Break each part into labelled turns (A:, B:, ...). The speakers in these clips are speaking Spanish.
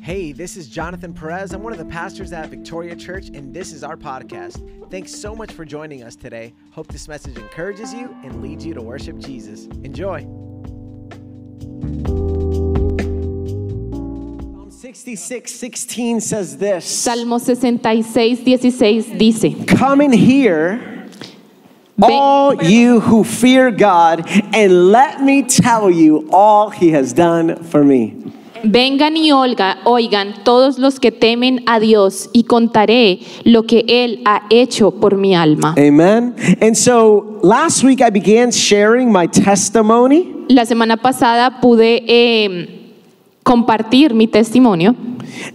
A: Hey, this is Jonathan Perez. I'm one of the pastors at Victoria Church, and this is our podcast. Thanks so much for joining us today. Hope this message encourages you and leads you to worship Jesus. Enjoy. Psalm 66 16 says this
B: Salmo 66, 16 dice,
A: Come in here,
B: Ve-
A: all you who fear God, and let me tell you all he has done for me.
B: vengan y olga- oigan todos los que temen a Dios y contaré lo que Él ha hecho por mi alma.
A: Amen. And so last week I began sharing my testimony,
B: La semana pasada pude eh, compartir mi testimonio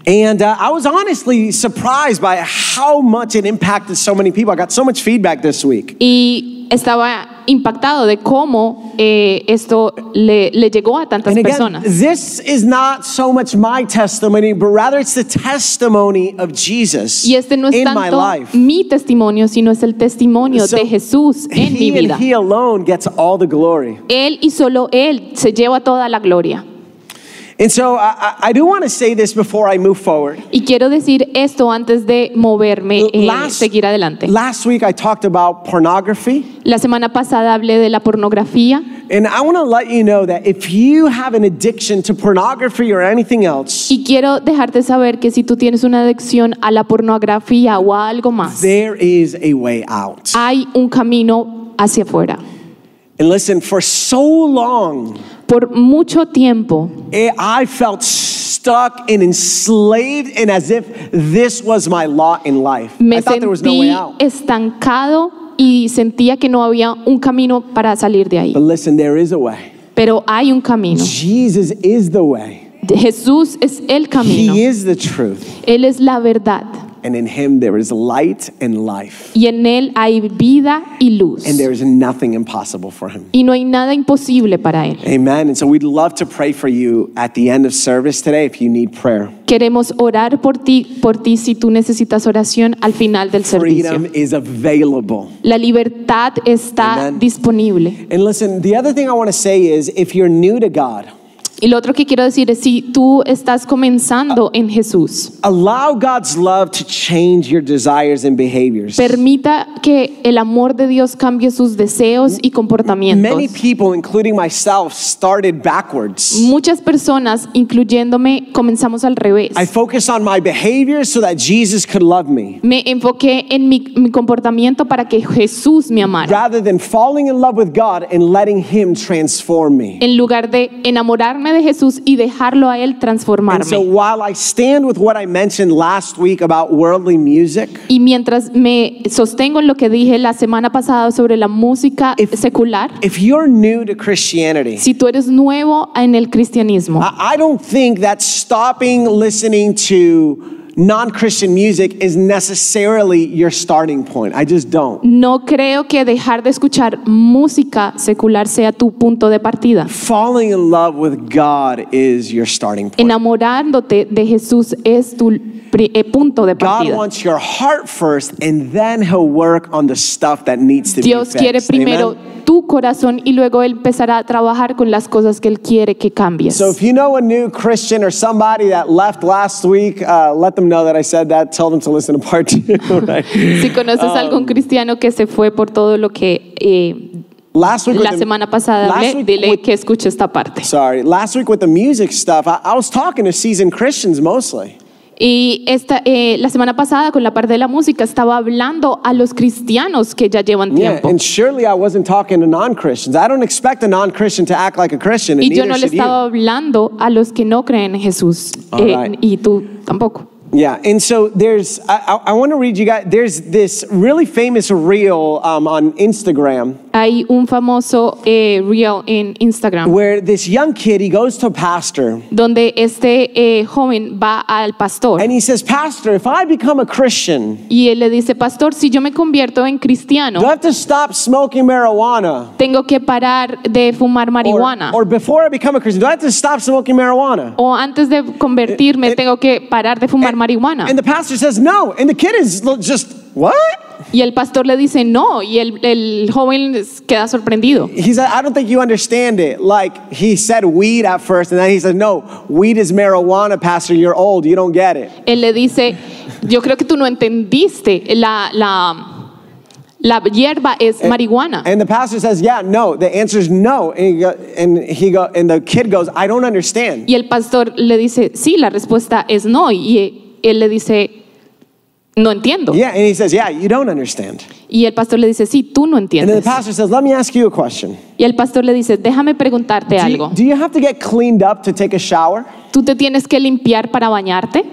A: and uh, I was honestly surprised by how much it impacted so many people. I got so much feedback this week.
B: y estaba impactado de cómo eh, esto le, le llegó a tantas
A: And again,
B: personas.
A: this is not so much my testimony, but rather it's the testimony of Jesus
B: Y este no es
A: in my
B: tanto
A: life.
B: mi testimonio, sino es el testimonio
A: So
B: de Jesús en mi
A: he and
B: vida.
A: he alone gets all the glory.
B: Él y solo Él se lleva toda la gloria.
A: And so I, I- I do want to say this before I move forward.
B: Y quiero decir esto antes de moverme, eh, seguir adelante.
A: last week I talked about pornography.
B: La semana pasada hablé de la pornografía
A: And I want to let you know that if you have an addiction to pornography or anything else,
B: y quiero dejarte saber que si tú tienes una adicción a la pornografía o a algo más,
A: there is a way out.
B: hay un camino hacia afuera.
A: And listen, for so long,
B: Por mucho tiempo
A: eh, I felt stuck and enslaved and as if this was my lot in life. I
B: me
A: thought there was no way
B: sentí
A: out.
B: estancado y sentía que no había un camino para salir de ahí.
A: But listen, there is a way.
B: Pero hay un camino.
A: Jesus is the way.
B: Jesús es el camino.
A: He is the truth.
B: Él es la verdad.
A: And in him there is light and life.
B: Y en Él hay vida y luz.
A: And there is nothing impossible for him.
B: y no hay nada imposible para Él.
A: Amen. And so we'd love to pray for you at the end of service today if you need prayer.
B: Queremos orar por ti, por ti si tú necesitas oración al final del
A: Freedom
B: servicio.
A: is available.
B: La libertad está
A: Amen.
B: disponible.
A: And listen, the other thing I want to say is if you're new to God,
B: Y lo otro que quiero decir es si tú estás comenzando en Jesús,
A: allow God's love to change your desires and behaviors.
B: permita que el amor de Dios cambie sus deseos y
A: Many
B: comportamientos.
A: people, including myself, started backwards.
B: Muchas personas, incluyéndome, comenzamos al revés.
A: I focused on my behaviors so that Jesus could love me.
B: Me enfoqué en mi, mi comportamiento para que Jesús me amara.
A: Rather than falling in love with God and letting Him transform me.
B: en lugar de enamorarme de Jesús y dejarlo a Él transformarme.
A: And so while I stand with what I mentioned last week about worldly music,
B: y mientras me sostengo en lo que dije la semana pasada sobre la música
A: If-
B: secular,
A: if you're new to Christianity,
B: si tú eres nuevo en el cristianismo,
A: I I don't think that stopping listening to non Christian music is necessarily your starting point. I just don't.
B: no creo que dejar de escuchar música secular sea tu punto de partida.
A: Falling in love with God is your starting point.
B: Enamorándote de Jesús es tu pri- eh, punto de
A: God
B: partida.
A: wants your heart first, and then He'll work on the stuff that needs to
B: Dios
A: be
B: quiere
A: fixed.
B: primero
A: Amen?
B: tu corazón y luego Él empezará a trabajar con las cosas que Él quiere que cambies.
A: So if you know a new Christian or somebody that left last week, uh, let them know that I said that. Tell them to listen to part two. right?
B: Si conoces a
A: Um,
B: algún cristiano que se fue por todo lo que eh,
A: Last week, with
B: la
A: the-
B: semana pasada
A: last
B: hablé,
A: week
B: dile
A: with-
B: que escuche esta parte.
A: Sorry, last week with the music stuff, I, I was talking to seasoned Christians mostly.
B: Y esta, eh, la semana pasada con la parte de la música estaba hablando a los cristianos que ya llevan
A: Yeah,
B: tiempo.
A: and surely I wasn't talking to non Christians. I don't expect a non Christian to act like a Christian, and
B: Y yo
A: neither
B: no le
A: should
B: estaba hablando a los que no creen en Jesús.
A: All
B: eh,
A: right.
B: Y tú tampoco.
A: you. Yeah, and so there's, I, I, I want to read you guys, there's this really famous reel um, on Instagram
B: Hay un famoso eh, reel en Instagram
A: where this young kid, he goes to a pastor
B: donde este eh, joven va al pastor
A: and he says, Pastor, if I become a Christian,
B: y él le dice, pastor, si yo me convierto en cristiano,
A: do I have to stop smoking marijuana?
B: tengo que parar de fumar
A: Or,
B: marihuana.
A: or before I become a Christian, do I have to stop smoking marijuana?
B: o antes de convertirme,
A: Eh, eh,
B: tengo que parar de fumar marihuana.
A: And the pastor says no. And the kid is l- just, what?
B: Y el pastor le dice no, y el, el joven es- queda sorprendido.
A: He said, I don't think you understand it. Like, he said weed at first, and then he said, No, weed is marijuana, Pastor. You're old. You don't get it.
B: Él le dice, yo creo que tú no entendiste, la, la, la hierba
A: Eh,
B: es marihuana.
A: And the pastor says, Yeah, no. The answer is no. And he, go, and he go, and the kid goes, I don't understand.
B: Y el pastor le dice, sí, la respuesta es no. Y e, él le dice, no entiendo.
A: Yeah, and he says, Yeah, you don't understand.
B: Y el pastor le dice, sí, tú no
A: And then the
B: entiendes.
A: pastor says, Let me ask you a question.
B: Y el pastor le dice, déjame preguntarte
A: Do
B: algo.
A: you, do you have to get cleaned up to take a shower?
B: ¿Tú te tienes que limpiar para bañarte?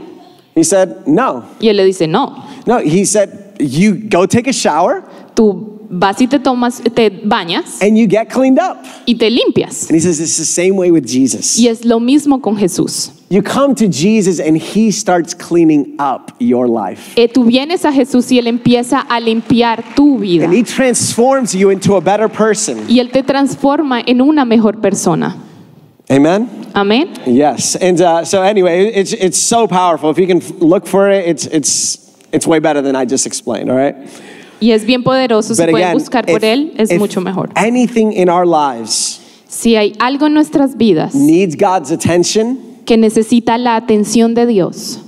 A: He said, No.
B: Y él le dice, no.
A: No, he said, You go take a shower
B: Tú vas y te tomas, te bañas
A: and you get cleaned up. And
B: y te limpias.
A: he says, It's the same way with Jesus.
B: Y es lo mismo con Jesús.
A: You come to Jesus and he starts cleaning up your life.
B: Eh, tú vienes a Jesús y Él empieza a limpiar tu vida.
A: And he transforms you into a better person.
B: Y Él te transforma en una mejor persona.
A: Amen?
B: Amén.
A: Yes. And uh, so, anyway, it's, it's so powerful. If you can f- look for it, it's, it's, it's way better than I just explained, all right?
B: Y es bien poderoso. Si
A: But
B: pueden
A: again,
B: buscar
A: if-
B: por Él, es
A: if
B: mucho mejor.
A: anything in our lives
B: Si hay algo en nuestras vidas
A: needs God's attention,
B: que necesita la atención de Dios,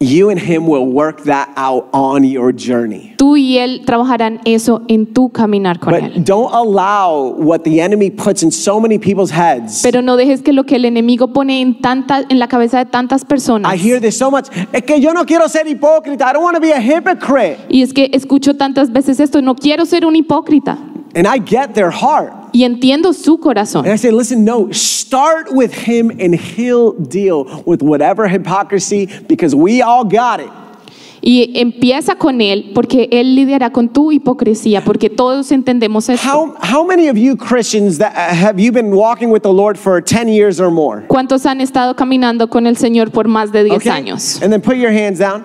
A: you and him will work that out on your journey.
B: tú y Él trabajarán eso en tu caminar con
A: But
B: Él.
A: don't allow what the enemy puts in so many people's heads.
B: Pero no dejes que lo que el enemigo pone en, tanta, en la cabeza de tantas
A: I
B: personas.
A: hear this so much. Es que yo no quiero ser hipócrita. I don't want to be a hypocrite.
B: Y es que escucho tantas veces esto, no quiero ser un hipócrita.
A: And I get their heart.
B: Y entiendo su corazón.
A: And I say, listen, no, start with him and he'll deal with whatever hypocrisy because we all got it.
B: Y empieza con Él, porque Él lidiará con tu hipocresía, porque todos entendemos esto.
A: How, how many of you Christians that uh, have you been walking with the Lord for 10 years or more?
B: ¿Cuántos han estado caminando con el Señor por más de 10 años?
A: And then put your hands down.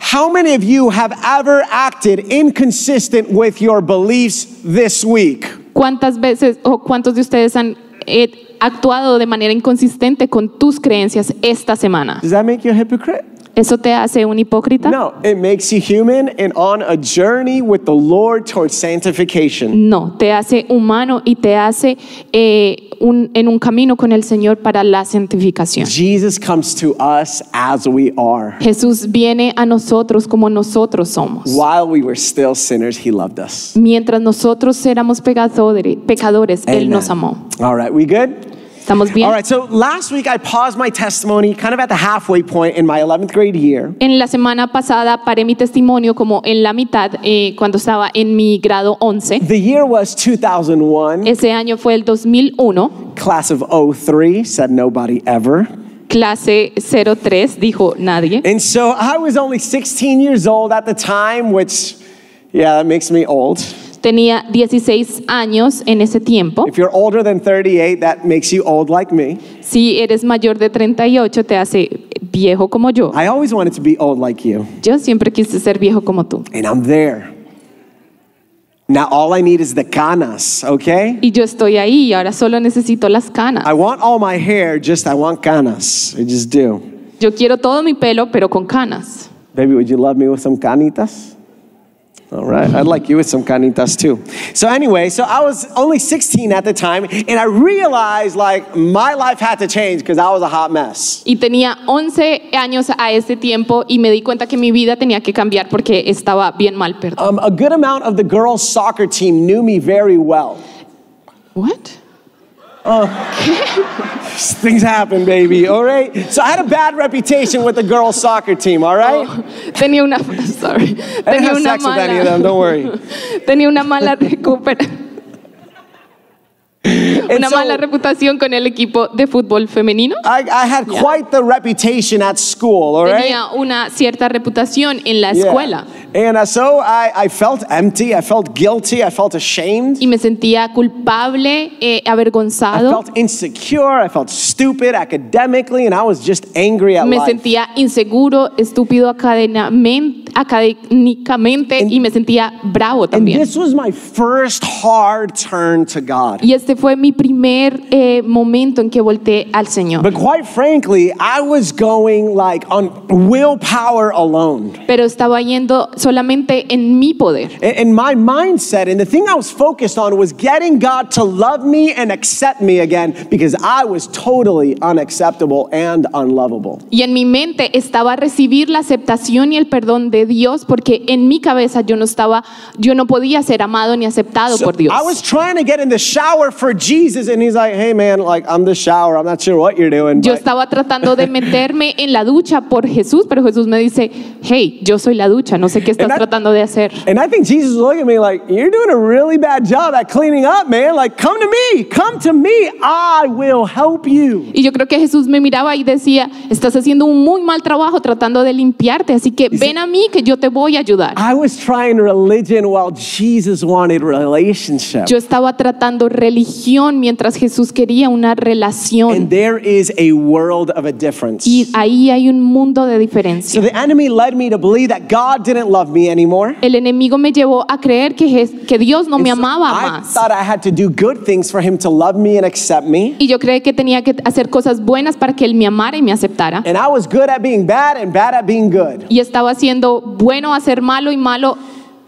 A: How many of you have ever acted inconsistent with your beliefs this week?
B: ¿Cuántas veces o cuántos de ustedes han eh, actuado de manera inconsistente con tus creencias esta semana?
A: Does that make you a hypocrite?
B: ¿Eso te hace un hipócrita?
A: No, it makes you human and on a journey with the Lord towards sanctification.
B: No, te hace humano y te hace eh, un- en un camino con el Señor para la santificación.
A: Jesus comes to us as we are.
B: Jesús viene a nosotros como nosotros somos.
A: While we were still sinners, he loved us.
B: Mientras nosotros éramos pecadores, pecadores Él
A: Amen.
B: nos amó.
A: All right, we good?
B: ¿Estamos bien?
A: All right, so last week I paused my testimony kind of at the halfway point in my 11th grade year.
B: En la semana pasada paré mi testimonio como en la mitad eh, cuando estaba en mi grado 11.
A: The year was 2001,
B: Ese año fue el 2001,
A: class of 03, said nobody ever.
B: clase 03, dijo nadie.
A: And so I was only 16 years old at the time, which, yeah, that makes me old.
B: Tenía 16 años en ese tiempo.
A: If you're older than 38, that makes you old like me.
B: Si eres mayor de 38 te hace viejo como yo.
A: I always wanted to be old like you,
B: Yo siempre quise ser viejo como tú.
A: and I'm there. Now all I need is the canas, okay?
B: Y yo estoy ahí y ahora solo necesito las
A: I
B: canas.
A: want all my hair, just I want canas. I just do.
B: Yo quiero todo mi pelo, pero con canas.
A: Baby, would you love me with some canitas? All right, I'd like you with some canitas too. So anyway, so I was only 16 at the time, and I realized like my life had to change because I was a hot mess.
B: Y tenía 11 años a ese tiempo y me di cuenta que mi vida tenía que cambiar porque estaba bien mal, perdón.
A: Um, a good amount of the girls' soccer team knew me very well.
B: What?
A: Things happen, baby. All right. So I had a bad reputation with the girls' soccer team. All right.
B: Oh, Tenía una sorry.
A: I didn't
B: Tenía
A: have
B: una
A: sex with any of
B: mala
A: them. Don't worry.
B: Tenía una mala recupera-
A: And
B: una
A: so
B: mala reputación con el equipo de fútbol femenino.
A: I, I had quite the reputation at school. All right.
B: Tenía una cierta reputación en la
A: Yeah.
B: escuela
A: And uh, so I, I felt empty. I felt guilty. I felt ashamed.
B: y me sentía culpable, eh,
A: I
B: avergonzado.
A: felt insecure. I felt stupid academically, and I was just angry at
B: Me
A: life.
B: sentía inseguro, estúpido acadenamen- académicamente y me sentía bravo
A: And
B: también.
A: this was my first hard turn to God.
B: Y este fue mi primer eh, momento en que volteé al Señor.
A: But quite frankly, I was going like on willpower alone.
B: Pero estaba yendo solamente en mi poder.
A: And, and my mindset and the thing I was focused on was getting God to love me and accept me again because I was totally unacceptable and unlovable.
B: Y en mi mente estaba recibir la aceptación y el perdón de Dios porque en mi cabeza yo no estaba, yo no podía ser amado ni aceptado
A: So
B: por Dios.
A: I was trying to get in the shower for Jesus, and he's like, "Hey, man, like I'm the shower. I'm not sure what you're doing."
B: Yo
A: but
B: estaba tratando de meterme en la ducha por Jesús, pero Jesús me dice, hey, yo soy la ducha, no sé qué estás
A: And that-
B: tratando de hacer.
A: And I think Jesus was looking at me like, You're doing a really bad job at cleaning up, man. Like, come to me, come to me. I will help you.
B: Y yo creo que Jesús me miraba y decía, estás haciendo un muy mal trabajo tratando de limpiarte, así que ven a mí que yo te voy a ayudar.
A: I was trying religion while Jesus wanted relationship.
B: Yo estaba tratando religión mientras Jesús quería una relación.
A: And there is a world of a difference.
B: Um, Y ahí hay un mundo de
A: So
B: diferencia.
A: the enemy led me to believe that God didn't love me anymore.
B: El enemigo me llevó a creer que, Jes- que Dios no me
A: And so
B: amaba
A: I
B: más.
A: thought I had to do good things for him to love me and accept me.
B: Y yo creí que tenía que hacer cosas buenas para que Él me amara y me aceptara.
A: And I was good at being bad and bad at being good.
B: Y estaba haciendo bueno a ser malo y malo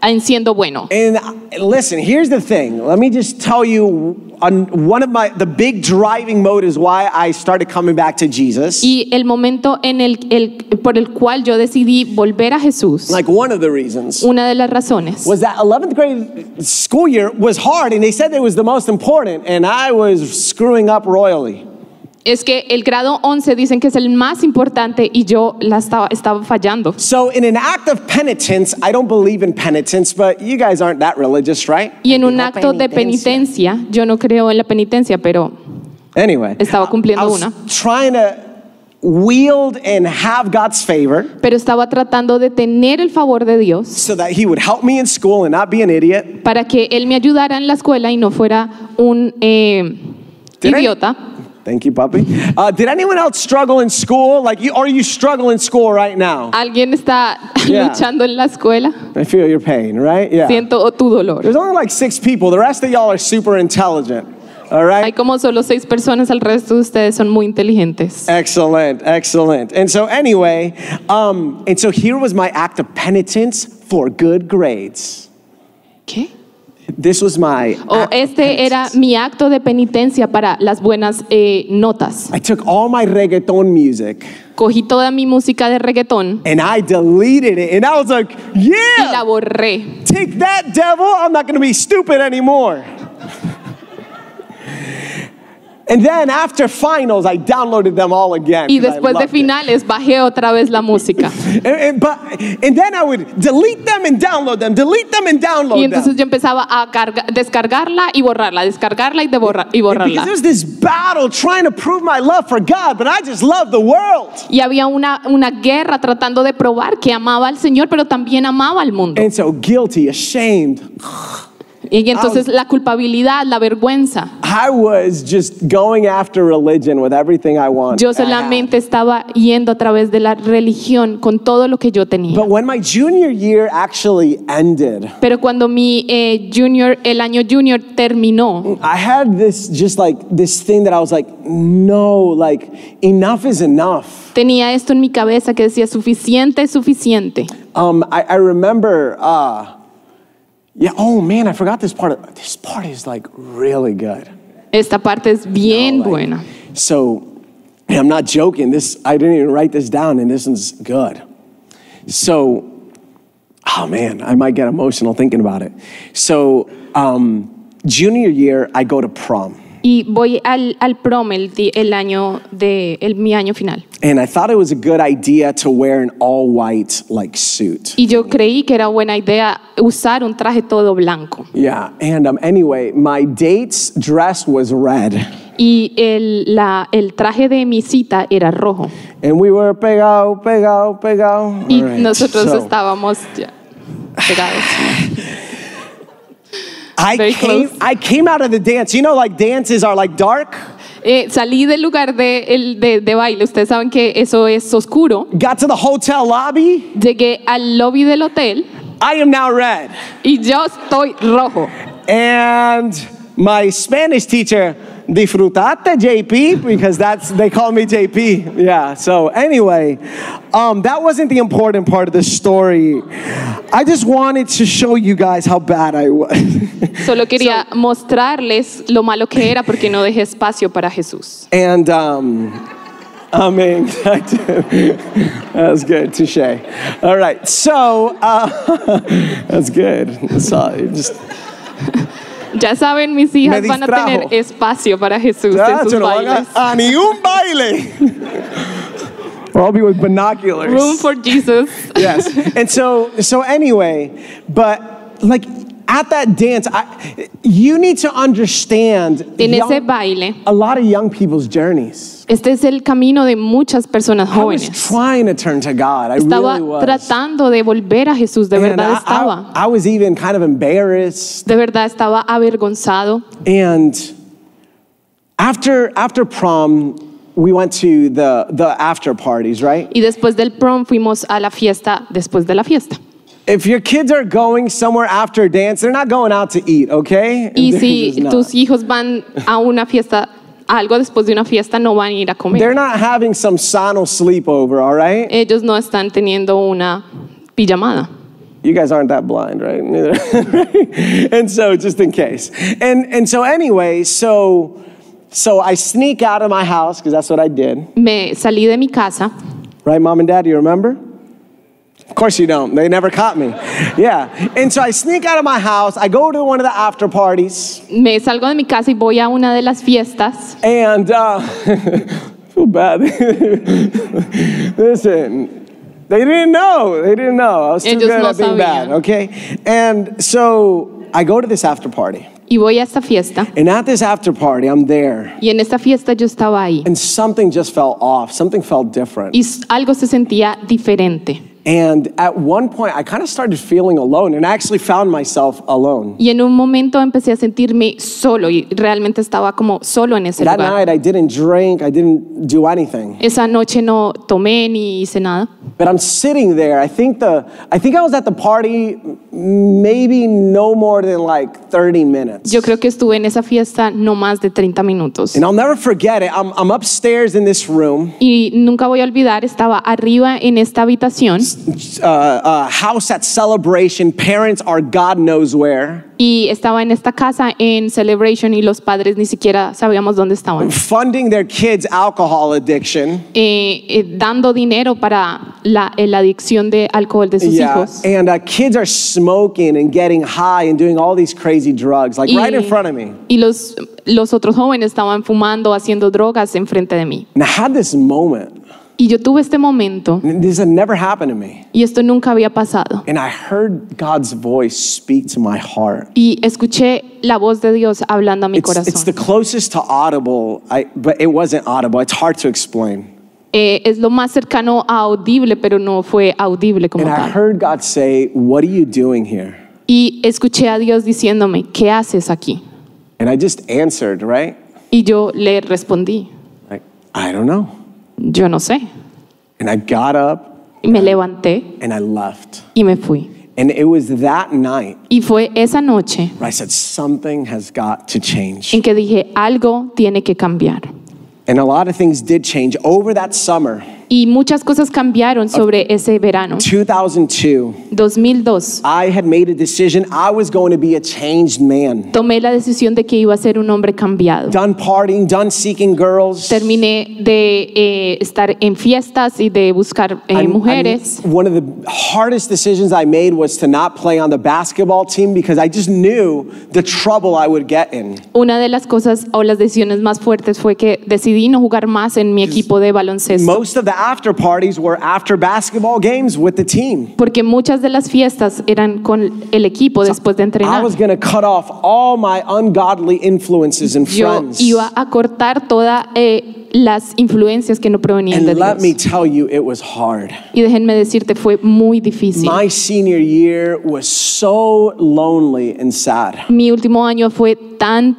B: en siendo bueno.
A: And uh, listen, here's the thing. Let me just tell you on one of my the big driving motives why I started coming back to Jesus.
B: Y el momento en el, el- por el cual yo decidí volver a Jesús,
A: Like Pues- one of the reasons
B: una de las razones,
A: was that 11th grade school year was hard and they said it was the most important and I was screwing up royally.
B: es que el grado 11 dicen que es el más importante y yo la estaba, estaba fallando.
A: So in an act of penitence, I don't believe in penitence, but you guys aren't that religious, right?
B: Y en un acto de penitencia, yo no creo en la penitencia, pero
A: Anyway,
B: Estaba cumpliendo
A: I was
B: una.
A: trying to wield and have God's favor.
B: pero estaba tratando de tener el favor de Dios
A: so that he would help me in school and not be an idiot.
B: para que Él me ayudara en la escuela y no fuera un eh,
A: Did I-
B: idiota.
A: Thank you, puppy. Uh, did anyone else struggle in school? Like, you, are you struggle in school right now?
B: Alguien está
A: Yeah.
B: luchando en la escuela.
A: I feel your pain, right? Yeah.
B: Siento tu dolor.
A: There's only like six people. The rest of y'all are super intelligent. All
B: Hay
A: right.
B: como solo seis personas, el resto de ustedes son muy inteligentes.
A: Excellent, excellent. And so, anyway, um, and so here was my act of penitence for good grades.
B: ¿Qué?
A: This was my.
B: O
A: act of
B: este era
A: penitence.
B: mi acto de penitencia para las buenas eh, notas.
A: I took all my reggaeton music
B: Cogí toda mi música de reggaetón
A: and I deleted it, and I was like,
B: y la
A: "Yeah,
B: borré.
A: Take that, devil. I'm not going to be stupid anymore. and then after finals, I downloaded them all again.
B: Y
A: 'cause I
B: después de
A: loved it.
B: finales bajé otra vez la música.
A: And, and- but, and then I would delete them and download them, delete them and
B: Y
A: download
B: entonces
A: them.
B: yo empezaba a carga- descargarla y borrarla, descargarla y, de borra- y
A: And because
B: borrarla.
A: there's this battle trying to prove my love for God, but I just love the world.
B: Y había una, una guerra tratando de probar que amaba al Señor, pero también amaba al mundo.
A: And so guilty, ashamed.
B: Y entonces la culpabilidad, la vergüenza.
A: I was just going after religion with everything I wanted.
B: Yo
A: I had.
B: solamente estaba yendo a través de la religión con todo lo que yo tenía.
A: But when my junior year actually ended,
B: Pero cuando mi eh, junior, el año junior terminó,
A: I had this just like this thing that I was like, no, like enough is enough.
B: tenía esto en mi cabeza que decía, suficiente es suficiente.
A: Um, I, I remember, uh, yeah. Oh man, I forgot this part. Of, this part is like really good.
B: Esta parte es bien
A: Like,
B: buena.
A: So, and I'm not joking. This I didn't even write this down, and this is good. So, oh man, I might get emotional thinking about it. So, um, junior year, I go to prom.
B: Y voy al, al prom el, di- el año de el, mi año final.
A: And I thought it was a good idea to wear an all white like suit.
B: Y yo creí que era buena idea usar un traje todo blanco.
A: Yeah. And um, anyway, my date's dress was red.
B: Y el, la, el traje de mi cita era rojo.
A: And we were pegao, pegao, pegao.
B: Y
A: All right,
B: nosotros
A: so
B: estábamos ya pegados.
A: I
B: very
A: came,
B: close.
A: I came out of the dance. You know, like dances are like dark.
B: Eh, salí del lugar de, el- de, de baile. Ustedes saben que eso es oscuro.
A: Got to the hotel lobby.
B: Llegué al lobby del hotel
A: I am now red.
B: y yo estoy rojo.
A: And my Spanish teacher disfrutate JP because that's they call me JP. Yeah. So anyway, um, that wasn't the important part of the story. I just wanted to show you guys how bad I was.
B: Solo quería mostrarles lo malo que era porque no dejé espacio para Jesús.
A: And um, I mean, that's good, touche. All right, so uh, that's good. So, you just,
B: Ya saben, mis hijas
A: Me
B: van a
A: distrajo.
B: tener espacio para Jesús en
A: that's
B: sus
A: what I
B: bailes.
A: got. Ah, ni un baile. Or I'll be with binoculars.
B: Room for Jesus.
A: yes. And so, so anyway, but like at that dance, I, you need to understand
B: En
A: young-
B: ese baile,
A: a lot of young people's journeys.
B: este es el camino de muchas personas
A: I was
B: jóvenes.
A: trying to turn to God. I
B: Estaba
A: really was.
B: tratando de volver a Jesús, de
A: And
B: verdad
A: I-
B: estaba.
A: I, I was even kind of embarrassed.
B: De verdad estaba avergonzado.
A: And after after prom, we went to the the after parties, right?
B: Y después del prom fuimos a la fiesta después de la fiesta.
A: If your kids are going somewhere after a dance, they're not going out to eat, okay? They're
B: Y
A: just
B: si
A: not.
B: tus hijos van a una fiesta, a algo después de una fiesta, no van a ir
A: They're
B: a comer.
A: not having some sano sleepover, all right?
B: Ellos no están teniendo una pijamada.
A: You guys aren't that blind, right? Neither. and so, just in case. And and so anyway, so so I sneak out of my house because that's what I did,
B: Me salí de mi casa.
A: right, mom and dad? You remember? Of course you don't. They never caught me. Yeah. And so I sneak out of my house. I go to one of the after parties.
B: Me salgo de mi casa y voy a una de las fiestas.
A: And uh, I feel bad. Listen, they didn't know. They didn't know. I was too
B: Ellos
A: good
B: no
A: at being bad.
B: sabían.
A: Okay. And so I go to this after party,
B: Y voy a esta fiesta.
A: and at this after party, I'm there,
B: Y en esta fiesta yo estaba ahí.
A: and something just fell off. Something felt different.
B: Y s- algo se sentía diferente.
A: And at one point, I kind of started feeling alone, and I actually found myself alone.
B: Y en un momento empecé a sentirme solo y realmente estaba como solo en ese
A: That
B: lugar.
A: night, I didn't drink. I didn't do anything.
B: Esa noche no tomé ni hice nada.
A: But I'm sitting there. I think the I think I was at the party maybe no more than like 30 minutes.
B: Yo creo que estuve en esa fiesta no más de 30 minutos.
A: and I'll never forget it. I'm, I'm upstairs in this room,
B: Y nunca voy a olvidar, estaba arriba en esta habitación
A: uh, uh, house at celebration. Parents are God knows where.
B: y estaba en esta casa en Celebration y los padres ni siquiera sabíamos dónde estaban.
A: Funding their kids' alcohol addiction.
B: Eh, eh, dando dinero para la, eh, la adicción de alcohol de sus hijos.
A: And uh, kids are smoking and getting high and doing all these crazy drugs, like
B: Y,
A: right in front of me.
B: y los, los otros jóvenes estaban fumando, haciendo drogas enfrente de mí.
A: And I had this moment.
B: Y yo tuve este momento
A: This had never happened to me.
B: y esto nunca había pasado.
A: And I heard God's voice speak to my heart.
B: Y escuché la voz de Dios hablando a mi
A: It's, it's
B: corazón.
A: the closest to audible, I, but it wasn't audible. It's hard to explain.
B: Eh, es lo más cercano a audible, pero no fue audible como
A: And I
B: tal.
A: heard God say, What are you doing here?
B: Y escuché a Dios diciéndome, ¿qué haces aquí?
A: And I just answered, right?
B: Y yo le respondí,
A: Like, I don't know.
B: yo no sé.
A: And I got up
B: Y me levanté
A: and I left.
B: y me fui.
A: And it was that night
B: Y fue esa noche
A: where I said, Something has got to change.
B: en que dije, algo tiene que cambiar.
A: And a lot of things did change. Over that summer,
B: Y muchas cosas cambiaron sobre ese verano.
A: 2002,
B: 2002,
A: I had made a decision I was going to be a changed man.
B: tomé la decisión de que iba a ser un hombre cambiado.
A: Done partying, done seeking girls.
B: Terminé de eh, estar en fiestas y de buscar eh,
A: I'm- I'm-
B: mujeres.
A: one of the hardest decisions I made was to not play on the basketball team because I just knew the trouble I would get in.
B: Una de las cosas o las decisiones más fuertes fue que decidí no jugar más en mi equipo de baloncesto.
A: Most of the after parties were after basketball games with the team.
B: Porque muchas de las fiestas eran con el equipo después de
A: I
B: entrenar.
A: was going to cut off all my ungodly influences and
B: Yo
A: friends.
B: iba a cortar todas las influencias que no provenían
A: and
B: de
A: let me
B: Dios.
A: tell you, it was hard.
B: Y déjenme decirte, fue muy difícil.
A: My senior year was so lonely and sad
B: Mi último año fue tan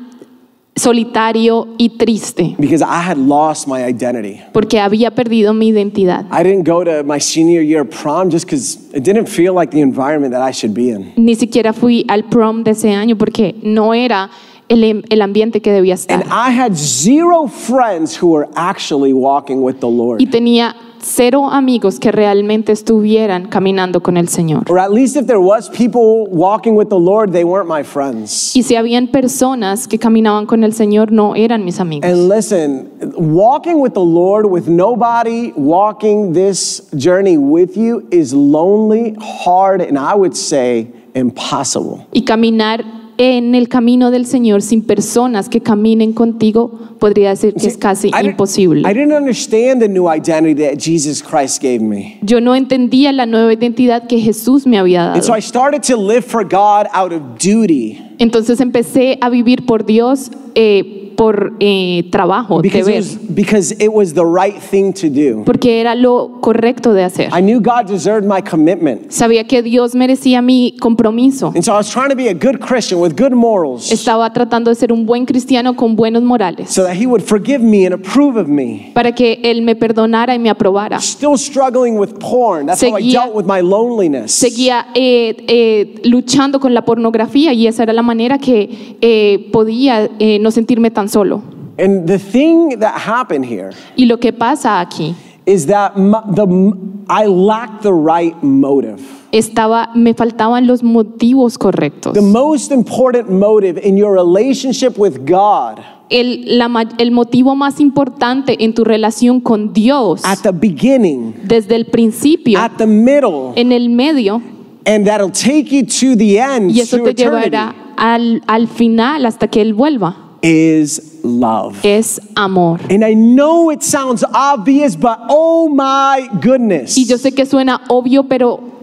B: solitario y triste
A: because I had lost my identity.
B: porque había perdido mi identidad.
A: I didn't go to my senior year prom just because it didn't feel like the environment that I should be in.
B: Ni siquiera fui al prom de ese año porque no era el, em- el ambiente que debía
A: And
B: estar.
A: I had zero friends who were actually walking with the Lord.
B: Y tenía cero amigos que realmente estuvieran caminando con el Señor.
A: Or at least if there was people walking with the Lord, they weren't my friends.
B: Y si habían personas que caminaban con el Señor, no eran mis amigos.
A: And listen, walking with the Lord with nobody walking this journey with you is lonely, hard, and I would say impossible.
B: Y caminar en el camino del Señor sin personas que caminen contigo, podría decir que es casi
A: I didn't- I
B: imposible.
A: didn't understand the new identity that Jesus Christ gave me.
B: Yo no entendía la nueva identidad que Jesús me había
A: And so
B: dado.
A: I started to live for God out of duty
B: Entonces empecé a vivir por Dios, eh, por eh, trabajo,
A: because it,
B: deber,
A: was, because it was the right thing to do.
B: porque era lo correcto de hacer.
A: I knew God deserved my commitment.
B: Sabía que Dios merecía mi compromiso.
A: And so I was trying to be a good Christian with good morals
B: Estaba tratando de ser un buen cristiano con buenos morales
A: so that He would forgive me and approve of me.
B: para que Él me perdonara y me aprobara.
A: Still struggling with porn. That's how I
B: Seguía-
A: dealt with my loneliness.
B: Seguía eh, eh, luchando con la pornografía y esa era la manera que eh, podía eh, no sentirme tan solo.
A: And the thing that happened here
B: Y lo que pasa aquí,
A: is that m the, m- I lacked the right motive.
B: estaba, me faltaban los motivos correctos.
A: The most important motive in your relationship with God
B: El, la ma- el motivo más importante en tu relación con Dios,
A: at the beginning,
B: desde el principio,
A: at the middle,
B: en el medio,
A: and that'll take you to the end,
B: y eso
A: to
B: te
A: eternity,
B: llevará al, al final hasta que Él vuelva.
A: is love.
B: es amor.
A: And I know it sounds obvious, but oh my goodness.
B: Y yo sé que suena obvio, pero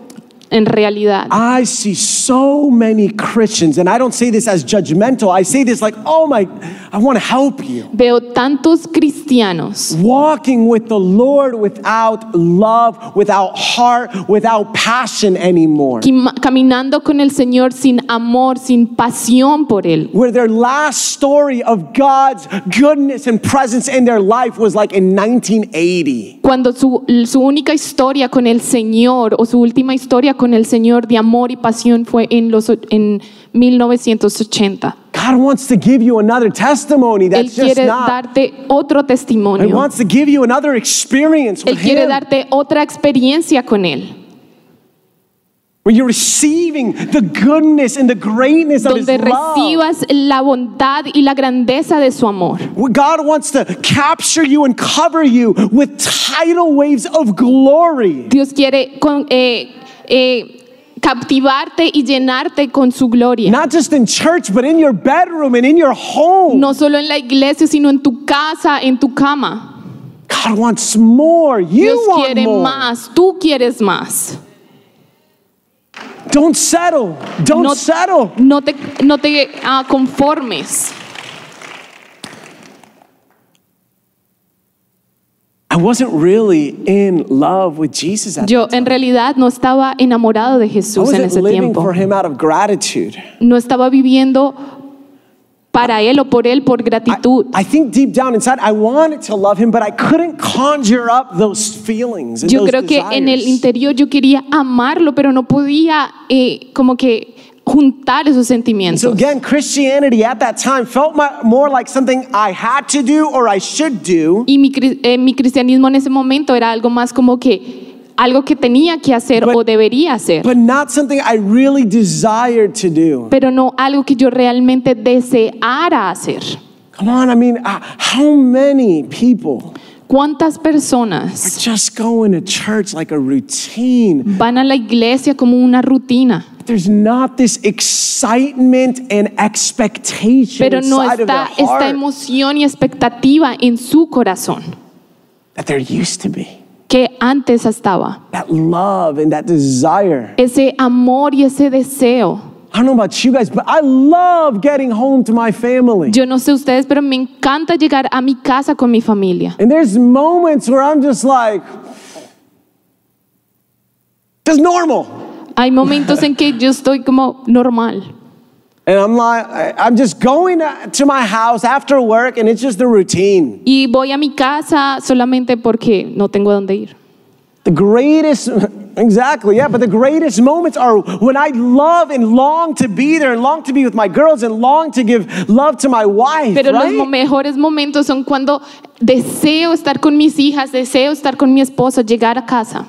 B: en realidad
A: I see so many Christians, and I don't say this as judgmental. I say this like, oh my, I want to help you.
B: veo tantos cristianos
A: Walking with the Lord without love, without heart, without passion anymore.
B: quima- caminando con el Señor sin amor, sin pasión por Él.
A: Where their last story of God's goodness and presence in their life was like in 1980.
B: Cuando su, su única historia con el Señor o su última historia con el Señor de amor y pasión fue en, los, o- en 1980.
A: God wants to give you another testimony
B: Él
A: that's just
B: quiere
A: not.
B: darte otro
A: He
B: testimonio.
A: wants to give you another experience with
B: Él quiere
A: Him.
B: darte otra experiencia con Él.
A: Where you're receiving the goodness and the greatness of His
B: donde
A: love.
B: recibas la bondad y la grandeza de su amor.
A: Where God wants to capture you and cover you with tidal waves of glory.
B: Dios quiere con- eh, eh, captivarte y llenarte con su gloria.
A: Not just in church, but in your bedroom and in your home.
B: No solo en la iglesia, sino en tu casa, en tu cama.
A: God wants more. You
B: Dios
A: want
B: quiere
A: more.
B: más, tú quieres más.
A: Don't settle. Don't
B: No,
A: settle.
B: no te, no te ah, conformes.
A: I wasn't really in love with Jesus at
B: Yo en realidad no estaba enamorado de
A: I
B: Jesús en
A: wasn't
B: ese
A: living
B: tiempo.
A: for him out of gratitude.
B: No estaba viviendo para Él o por Él por
A: I,
B: gratitud.
A: I think deep down inside, I wanted to love him, but I couldn't conjure up those feelings. And
B: Yo
A: those
B: creo que en el
A: desires.
B: interior yo quería amarlo, pero no podía eh, como que juntar esos
A: So
B: sentimientos.
A: again, Christianity at that time felt my, more like something I had to do or I should do.
B: Y mi, cri- eh, mi cristianismo en ese momento era algo más como que algo que tenía que hacer
A: But-
B: o debería hacer,
A: But not something I really desired to do.
B: pero no algo que yo realmente deseara hacer.
A: Come on, I mean, uh, how many people
B: ¿Cuántas personas
A: just go into church like a routine?
B: van a la iglesia como una rutina,
A: There's not this excitement and expectation
B: pero no
A: inside of their
B: está esta
A: heart
B: emoción y expectativa en su corazón
A: that there used to be.
B: que antes estaba?
A: That love and that desire.
B: Ese amor y ese deseo.
A: I don't know about you guys, but I love getting home to my family.
B: Yo no sé ustedes, pero me encanta llegar a mi casa con mi familia.
A: And there's moments where I'm just like, that's normal.
B: Hay momentos en que yo estoy como normal
A: And I'm like, I- I'm just going to my house after work and it's just the routine.
B: y voy a mi casa solamente porque no tengo a dónde ir.
A: The greatest, exactly, yeah, but the greatest moments are when I love and long to be there and long to be with my girls and long to give love to my wife.
B: Pero los
A: right?
B: mo- mejores momentos son cuando deseo estar con mis hijas, deseo estar con mi esposo, llegar a casa.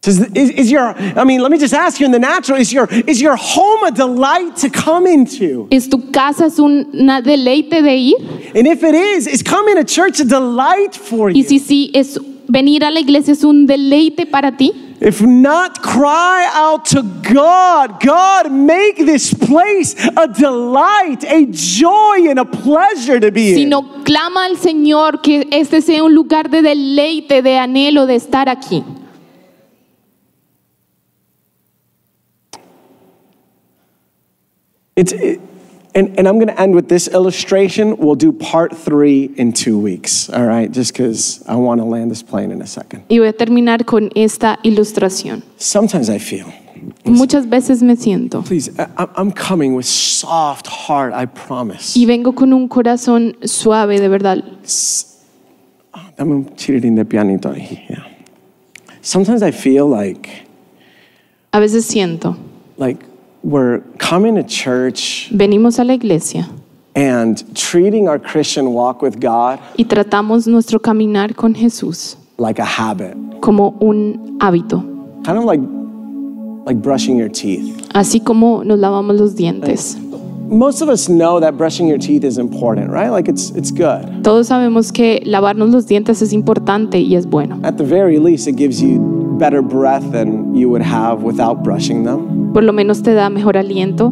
A: Does- is, is your, I mean, let me just ask you in the natural, is your, is your home a delight to come into?
B: ¿Es tu casa es un una deleite de ir?
A: And if it is, is coming to church a delight for
B: Y
A: you?
B: si sí, es venir a la iglesia es un deleite para ti.
A: If not, cry out to God. God, make this place a delight, a joy, and a pleasure to be in.
B: sino clama al Señor que este sea un lugar de deleite, de anhelo de estar aquí.
A: It's, it, and, and I'm going to end with this illustration. We'll do part three in two weeks, all right? Just because I want to land this plane in a second.
B: Y voy a terminar con esta ilustración.
A: Sometimes I feel,
B: Muchas veces me siento
A: please, I, I'm- I'm coming with soft heart, I promise.
B: y vengo con un corazón suave, de verdad.
A: Dame un chirirín de pianito ahí. Yeah. Sometimes I feel like,
B: A veces siento,
A: like we're coming to church
B: venimos a la iglesia
A: and treating our Christian walk with God
B: y tratamos nuestro caminar con Jesús
A: like a habit,
B: como un hábito,
A: kind of like, like brushing your teeth.
B: así como nos lavamos los dientes.
A: most of us know that brushing your teeth is important, right? Like it's it's good.
B: Todos sabemos que lavarnos los dientes es importante y es bueno.
A: At the very least, it gives you better breath than you would have without brushing them.
B: por lo menos te da mejor aliento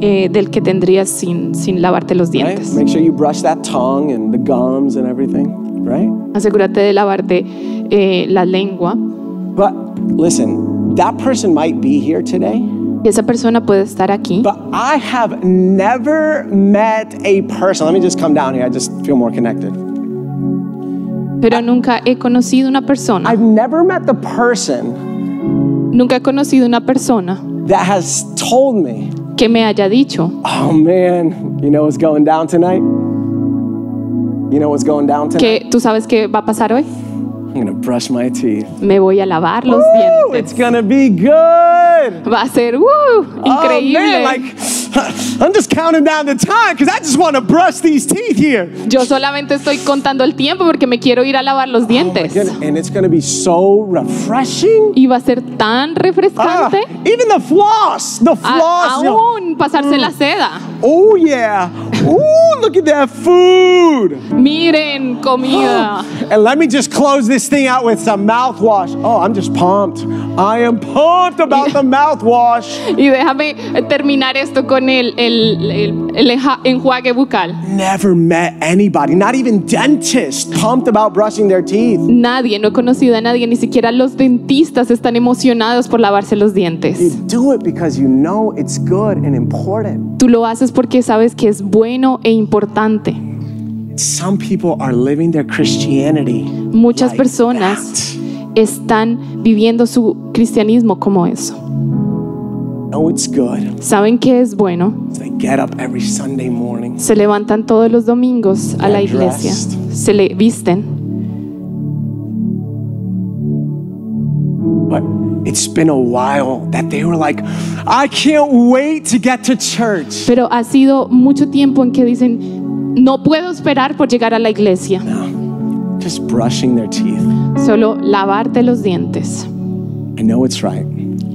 B: eh, del que tendrías sin, sin lavarte los
A: Right?
B: dientes.
A: Make sure you brush that tongue and the gums and everything, right?
B: Asegúrate de lavarte eh, la lengua.
A: But listen, that person might be here today,
B: Y esa persona puede estar aquí,
A: but I have never met a person. Let me just come down here. I just feel more connected.
B: pero nunca he conocido una persona.
A: I've never met the person
B: Nunca he conocido una persona
A: that has told me,
B: que me haya dicho
A: "Oh man, you know what's going down tonight? You know what's going down tonight?"
B: que tú sabes qué va a pasar hoy.
A: I'm gonna brush my teeth.
B: Me voy a lavar los
A: Woo, it's
B: dientes.
A: gonna be good.
B: Va a ser ¡uh!
A: Oh man,
B: increíble.
A: like I'm just counting down the time because I just want to brush these teeth here.
B: Yo solamente estoy contando el tiempo porque me quiero ir a lavar
A: Oh
B: los dientes.
A: Good, And it's gonna be so refreshing.
B: Y va a ser tan
A: Ah,
B: refrescante.
A: even the floss, the
B: A-
A: Ah, floss. Mm. you know.
B: aún pasarse la seda.
A: Oh yeah. Ooh, look at that food.
B: Miren, comida.
A: And let me just close this thing out with some mouthwash. Oh, I'm just pumped. I am pumped about the mouthwash.
B: Y déjame terminar esto con el, el- el- el enja- enjuague bucal.
A: never met anybody, not even dentists, pumped about brushing their teeth.
B: Nadie, no he conocido a nadie, ni siquiera los dentistas están emocionados por lavarse los
A: You
B: dientes.
A: do it because you know it's good and important.
B: Tú lo haces porque sabes que es bueno e importante.
A: Some people are living their Christianity.
B: Muchas
A: like
B: personas
A: that.
B: están viviendo su cristianismo como eso.
A: know Oh, it's good.
B: Saben que es bueno,
A: They get up every Sunday morning.
B: se levantan todos los domingos a la
A: They're
B: iglesia,
A: dressed.
B: se le visten,
A: But it's been a while that they were like, I can't wait to get to church.
B: pero ha sido mucho tiempo en que dicen, no puedo esperar por llegar a la iglesia.
A: Just brushing their teeth.
B: Solo lavarte los dientes.
A: I know it's right.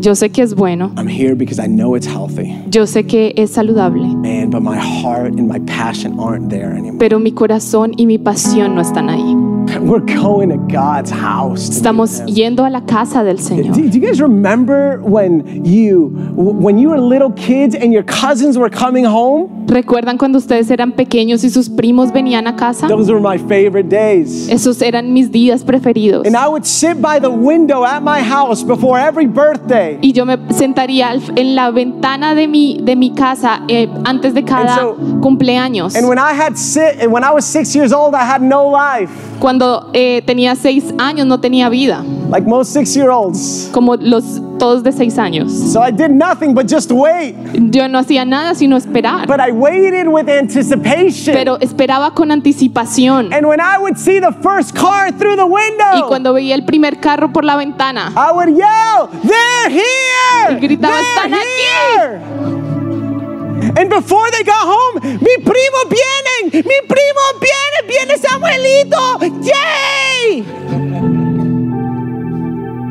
B: Yo sé que es bueno,
A: I'm here because I know it's healthy.
B: yo sé que es saludable,
A: Man, but my heart and my passion aren't there anymore.
B: pero mi corazón y mi pasión no están ahí.
A: We're going to God's house. to
B: Estamos yendo a la casa del
A: do,
B: Señor.
A: do you guys remember when you when you were little kids and your cousins were coming home?
B: ¿Recuerdan cuando ustedes eran pequeños y sus primos venían a casa?
A: Those were my favorite days.
B: Esos eran mis días preferidos.
A: And I would sit by the window at my house before every birthday.
B: Y yo me sentaría al- en la ventana de mi, de mi casa eh, antes de cada
A: so-
B: cumpleaños.
A: And when I had sit and when I was 6 years old, I had no life.
B: Cuando eh, tenía seis años no tenía vida.
A: like most six year olds.
B: como los todos de seis años.
A: So I did nothing but just wait.
B: Yo no hacía nada sino esperar,
A: But I waited with anticipation.
B: pero esperaba con anticipación.
A: and when I would see the first car through the window,
B: Y cuando veía el primer carro por la ventana,
A: I would yell, They're
B: Y
A: here!
B: gritaba,
A: They're
B: "Están
A: here! And before they got home, mi primo vienen! Mi primo viene! Viene Samuelito! Yay!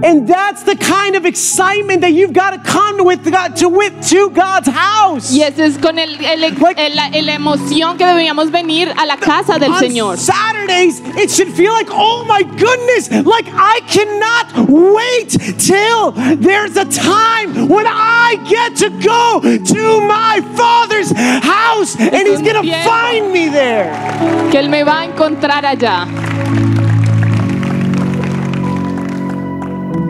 A: And that's the kind of excitement that you've got to come with God to with to God's house.
B: y ese es con el, el- el- la, la emoción que deberíamos venir a la casa del
A: On
B: Señor.
A: Saturdays, it should feel like, oh my goodness, like I cannot wait till there's a time when I get to go to my father's house and he's gonna
B: tiempo.
A: find me there.
B: Que Él me va a encontrar allá.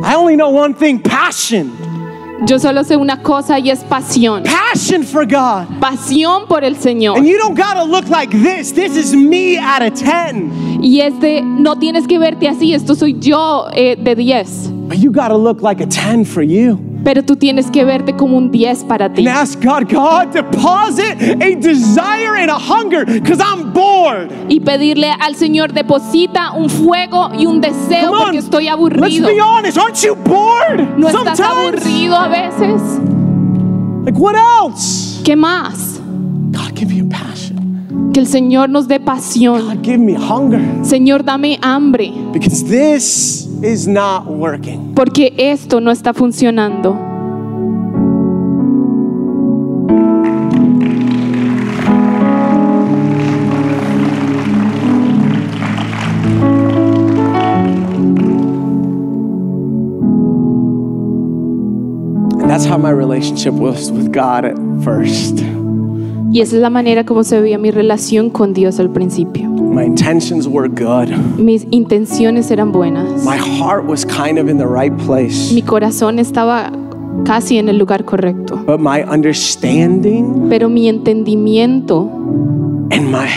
A: I only know one thing passion.
B: Yo solo sé una cosa y es pasión.
A: Passion for God.
B: Pasión por el Señor.
A: And you don't gotta look like this. This is me at a 10.
B: Y es de, no tienes que verte así, esto soy yo eh, de 10.
A: But you gotta look like a 10 for you.
B: Pero tú tienes que verte como un 10 para ti.
A: And ask God, God, deposit a desire and a hunger, because I'm bored.
B: Y pedirle al Señor, deposita un fuego y un deseo
A: Come on.
B: porque estoy
A: Let's
B: aburrido.
A: be honest. Aren't you bored?
B: ¿No estás
A: Sometimes.
B: aburrido a veces?
A: Like what else?
B: ¿Qué más?
A: God, give me a passion.
B: Que el Señor nos dé pasión.
A: God, give me hunger.
B: Señor, dame hambre
A: Because this is not working.
B: porque esto no está funcionando.
A: And that's how my relationship was with God at first.
B: Y esa es la manera como se veía mi relación con Dios al principio.
A: My intentions were good.
B: Mis intenciones eran buenas.
A: My heart was kind of in the right place.
B: Mi corazón estaba casi en el lugar correcto.
A: But my understanding
B: Pero mi entendimiento
A: and my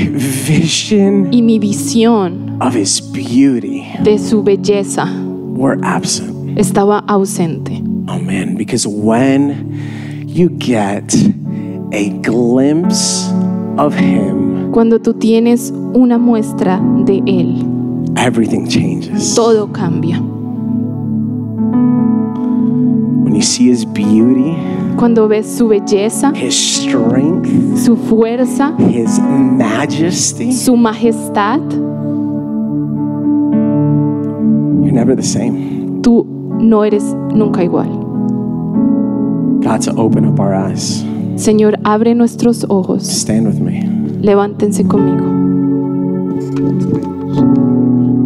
A: vision
B: y mi visión
A: of His beauty
B: de su belleza
A: were absent.
B: estaba ausente.
A: Oh man, because when you get a glimpse of Him,
B: Cuando tú tienes una muestra de Él,
A: everything changes.
B: todo cambia.
A: When you see His beauty,
B: Cuando ves su belleza,
A: His strength,
B: su fuerza,
A: His majesty,
B: su majestad,
A: you're never the same.
B: tú no eres nunca igual.
A: God, to open up our eyes.
B: Señor, abre nuestros ojos.
A: Stand with me.
B: Levántense conmigo.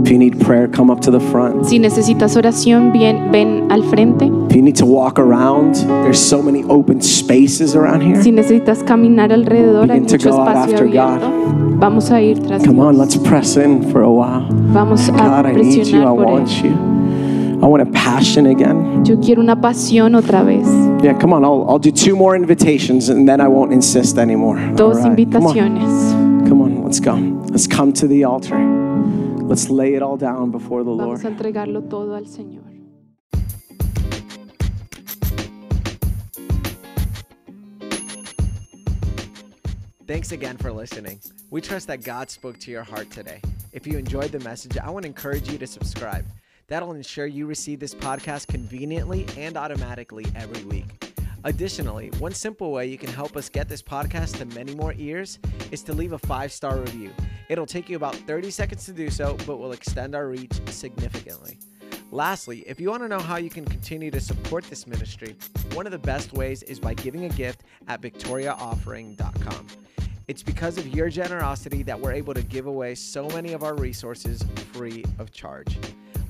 A: If you need prayer, come up to the front.
B: Si necesitas oración, bien, ven al frente.
A: If you need to walk around, there's so many open spaces around here.
B: Si necesitas caminar alrededor, hay
A: Begin to
B: mucho
A: go out
B: espacio
A: after God.
B: abierto. Vamos a ir tras
A: Come on,
B: Dios.
A: let's press in for a while.
B: Vamos a
A: God, I need you. I
B: presionar por él.
A: want you. I want a passion again.
B: Yo quiero una pasión otra vez.
A: Yeah, come on. I'll, I'll do two more invitations and then I won't insist anymore. All
B: Dos
A: right, Come on,
B: invitaciones.
A: come on, let's go. Let's come to the altar. Let's lay it all down before the Lord.
B: Vamos a entregarlo todo al Señor.
C: Thanks again for listening. We trust that God spoke to your heart today. If you enjoyed the message, I want to encourage you to subscribe. That'll ensure you receive this podcast conveniently and automatically every week. Additionally, one simple way you can help us get this podcast to many more ears is to leave a five star review. It'll take you about 30 seconds to do so, but will extend our reach significantly. Lastly, if you want to know how you can continue to support this ministry, one of the best ways is by giving a gift at victoriaoffering.com. It's because of your generosity that we're able to give away so many of our resources free of charge.